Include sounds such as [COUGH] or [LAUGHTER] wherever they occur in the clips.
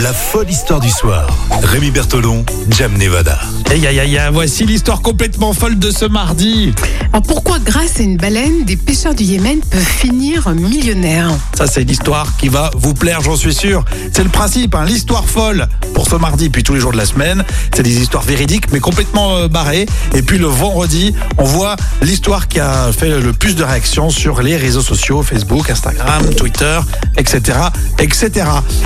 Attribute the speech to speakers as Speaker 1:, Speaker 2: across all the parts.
Speaker 1: La folle histoire du soir. Rémi Bertolon, Jam Nevada.
Speaker 2: Aïe aïe aïe, aïe, voici l'histoire complètement folle de ce mardi.
Speaker 3: Alors pourquoi, grâce à une baleine, des pêcheurs du Yémen peuvent finir millionnaires
Speaker 2: Ça, c'est l'histoire qui va vous plaire, j'en suis sûr. C'est le principe, hein, l'histoire folle pour ce mardi, puis tous les jours de la semaine. C'est des histoires véridiques, mais complètement euh, barrées. Et puis le vendredi, on voit l'histoire qui a fait le plus de réactions sur les réseaux sociaux, Facebook, Instagram, Twitter, etc. etc.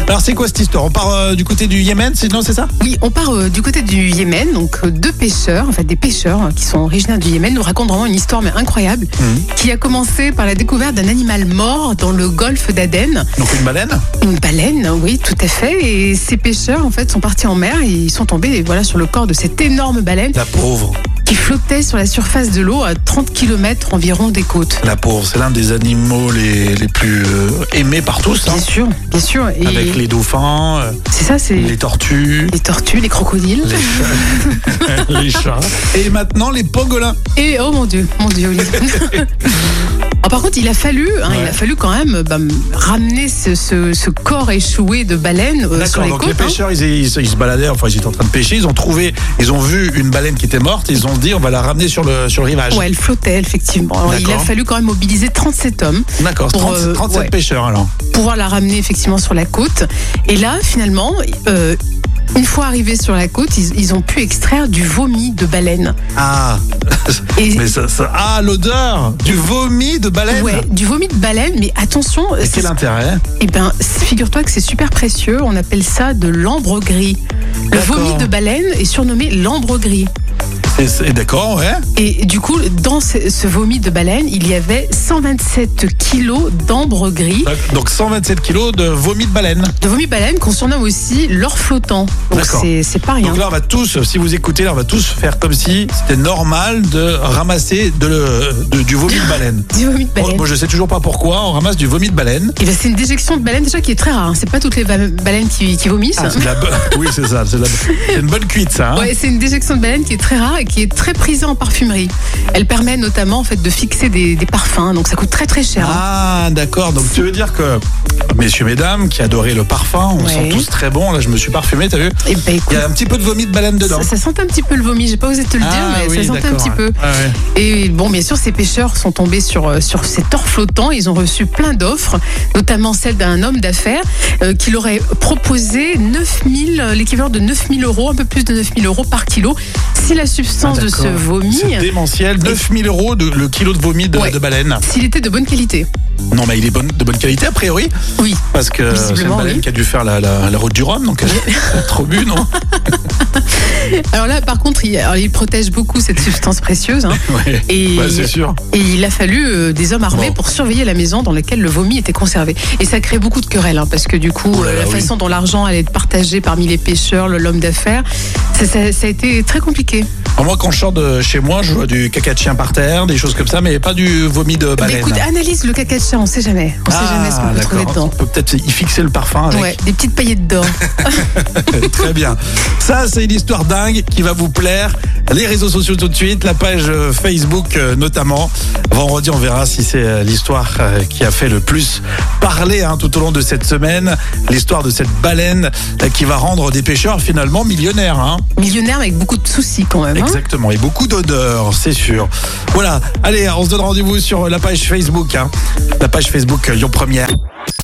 Speaker 2: Alors, c'est quoi cette histoire On part euh, du côté du Yémen, sinon c'est ça
Speaker 3: Oui, on part euh, du côté du Yémen, donc euh, deux pêcheurs, en fait des pêcheurs euh, qui sont originaires du Yémen, nous racontent vraiment une histoire mais incroyable,
Speaker 2: Mhm.
Speaker 3: qui a commencé par la découverte d'un animal mort dans le golfe d'Aden,
Speaker 2: Donc une baleine
Speaker 3: une baleine, hein, oui, tout à fait, et ces pêcheurs en fait sont partis en mer et ils sont tombés voilà sur le corps de cette énorme baleine
Speaker 2: La pauvre.
Speaker 3: qui flottait sur la surface de l'eau à 30 km environ des côtes.
Speaker 2: La pauvre, c'est l'un des animaux les, les plus euh, aimés par tous. hein.
Speaker 3: Bien sûr, bien sûr, et
Speaker 2: Avec les dauphins, euh,
Speaker 3: c'est ça, c'est
Speaker 2: les
Speaker 3: [LAUGHS]
Speaker 2: tortues,
Speaker 3: les tortues, les crocodiles.
Speaker 2: les chats. les chats. Et maintenant, les pangolins.
Speaker 3: Et oh mon dieu, mon dieu, Olivier.
Speaker 2: [LAUGHS]
Speaker 3: Ah, par contre, il a fallu, hein, il a fallu quand même bah, ramener ce, ce- ce corps échoué de baleine euh, sur
Speaker 2: D'accord,
Speaker 3: les
Speaker 2: donc
Speaker 3: côtes.
Speaker 2: les
Speaker 3: hein.
Speaker 2: pêcheurs, ils, ils- ils se baladaient, enfin, ils étaient en train de pêcher, ils ont trouvé, ils ont vu une baleine qui était morte, ils ont dit, on va la ramener sur le, sur le rivage.
Speaker 3: Ouais, elle flottait effectivement. Alors, il a
Speaker 2: D'accord.
Speaker 3: fallu quand même mobiliser 37 hommes
Speaker 2: D'accord,
Speaker 3: Pour,
Speaker 2: 30
Speaker 3: euh,
Speaker 2: 37
Speaker 3: ouais.
Speaker 2: pêcheurs alors.
Speaker 3: pour pouvoir la ramener effectivement sur la côte. Et là, finalement, euh, une fois arrivés sur la côte, ils, ils ont pu extraire du vomi de baleine.
Speaker 2: Ah,
Speaker 3: Et
Speaker 2: mais ça, ça- ah l'odeur du vomi de baleine.
Speaker 3: ouais, du vomi de baleine, mais attention,
Speaker 2: Et
Speaker 3: c'est-
Speaker 2: quel intérêt
Speaker 3: Eh ben, figure-toi que c'est super précieux. On appelle ça de l'ambre gris. Le
Speaker 2: D'accord.
Speaker 3: vomi de baleine est surnommé l'ambre gris.
Speaker 2: Et c'est- D'accord, ouais.
Speaker 3: Et du coup, dans ce, ce vomi de baleine, il y avait 127 kilos d'ambre gris.
Speaker 2: Donc 127 kilos de vomi de baleine.
Speaker 3: De vomi baleine qu'on surnomme aussi l'or flottant. Donc
Speaker 2: D'accord.
Speaker 3: c'est c'est pas rien.
Speaker 2: Donc là, on va tous, si vous écoutez, là, on va tous faire comme si c'était normal de ramasser de le- de- du vomi de baleine.
Speaker 3: Du vomi de
Speaker 2: Moi,
Speaker 3: baleine.
Speaker 2: moi, je sais toujours pas pourquoi on ramasse du vomi de baleine.
Speaker 3: Et ben, c'est une déjection de baleine déjà qui est très rare. hein. C'est pas toutes les ba- baleines qui, qui vomissent.
Speaker 2: C'est de la bo- [LAUGHS] oui, c'est ça. C'est de la bo- c'est une bonne cuite, ça. hein.
Speaker 3: Ouais, c'est une déjection de baleine qui est très rare et qui est très prisée en parfumerie. Elle permet notamment en fait de fixer des, des parfums, donc ça coûte très très cher. hein.
Speaker 2: Ah, d'accord. Donc, tu veux dire que, messieurs, mesdames, qui adoraient le parfum, on
Speaker 3: Ouais.
Speaker 2: sent tous très bon. Là, je me suis parfumé, t'as vu
Speaker 3: Eh ben, écoute,
Speaker 2: Il y a un petit peu de vomi de baleine dedans.
Speaker 3: Ça, ça sentait un petit peu le vomi, j'ai pas osé te le dire,
Speaker 2: Ah
Speaker 3: mais
Speaker 2: oui,
Speaker 3: ça sentait un
Speaker 2: d'accord.
Speaker 3: petit peu.
Speaker 2: Ah ouais.
Speaker 3: Et bon, bien sûr, ces pêcheurs sont tombés sur, euh, sur cet or flottant. Ils ont reçu plein d'offres, notamment celle d'un homme d'affaires euh, qui leur aurait proposé 9000, euh, l'équivalent de 9000 euros, un peu plus de 9000 euros par kilo, si la substance
Speaker 2: Ah,
Speaker 3: de ce
Speaker 2: d'accord.
Speaker 3: vomi,
Speaker 2: C'est démentiel. 9000 euros de, le kilo de vomi de,
Speaker 3: Ouais.
Speaker 2: de baleine.
Speaker 3: s'il était de bonne qualité.
Speaker 2: Non, mais il est bonne- de bonne qualité, a priori.
Speaker 3: Oui.
Speaker 2: Parce que c'est une
Speaker 3: Visiblement,
Speaker 2: baleine
Speaker 3: oui.
Speaker 2: qui a dû faire la, la- la route du Rhum, donc elle a [LAUGHS] trop bu, non
Speaker 3: Alors là, par contre, il, alors, il protège beaucoup cette substance précieuse. hein.
Speaker 2: Ouais.
Speaker 3: Et,
Speaker 2: Bah, c'est sûr.
Speaker 3: et il a fallu euh, des hommes armés
Speaker 2: Bon.
Speaker 3: pour surveiller la maison dans laquelle le vomi était conservé. Et ça crée beaucoup de querelles, hein, parce que du coup,
Speaker 2: Oh là
Speaker 3: euh, la
Speaker 2: là, oui.
Speaker 3: façon dont l'argent allait être partagé parmi les pêcheurs, le- l'homme d'affaires, ça, ça- ça a été très compliqué.
Speaker 2: Alors, moi, quand je sors de chez moi, je vois du caca de chien par terre, des choses comme ça, mais pas du vomi de
Speaker 3: Bah,
Speaker 2: baleine.
Speaker 3: écoute, analyse le caca de chat, on sait jamais. On sait jamais ce qu'on
Speaker 2: Ah,
Speaker 3: peut trouver
Speaker 2: d'accord.
Speaker 3: dedans.
Speaker 2: On peut peut-être y fixer le parfum avec.
Speaker 3: Ouais, des petites paillettes d'or.
Speaker 2: [LAUGHS] Très bien. Ça, c'est une histoire dingue qui va vous plaire. Les réseaux sociaux tout de suite, la page euh, Facebook euh, notamment. Vendredi, on verra si c'est euh, l'histoire euh, qui a fait le plus parler hein, tout au long de cette semaine. L'histoire de cette baleine euh, qui va rendre des pêcheurs finalement millionnaires. hein.
Speaker 3: Millionnaire mais avec beaucoup de soucis quand même. hein.
Speaker 2: Exactement. Et beaucoup d'odeurs, c'est sûr. Voilà. Allez, on se donne rendez-vous sur la page Facebook. hein. La page Facebook euh, Lyon Première.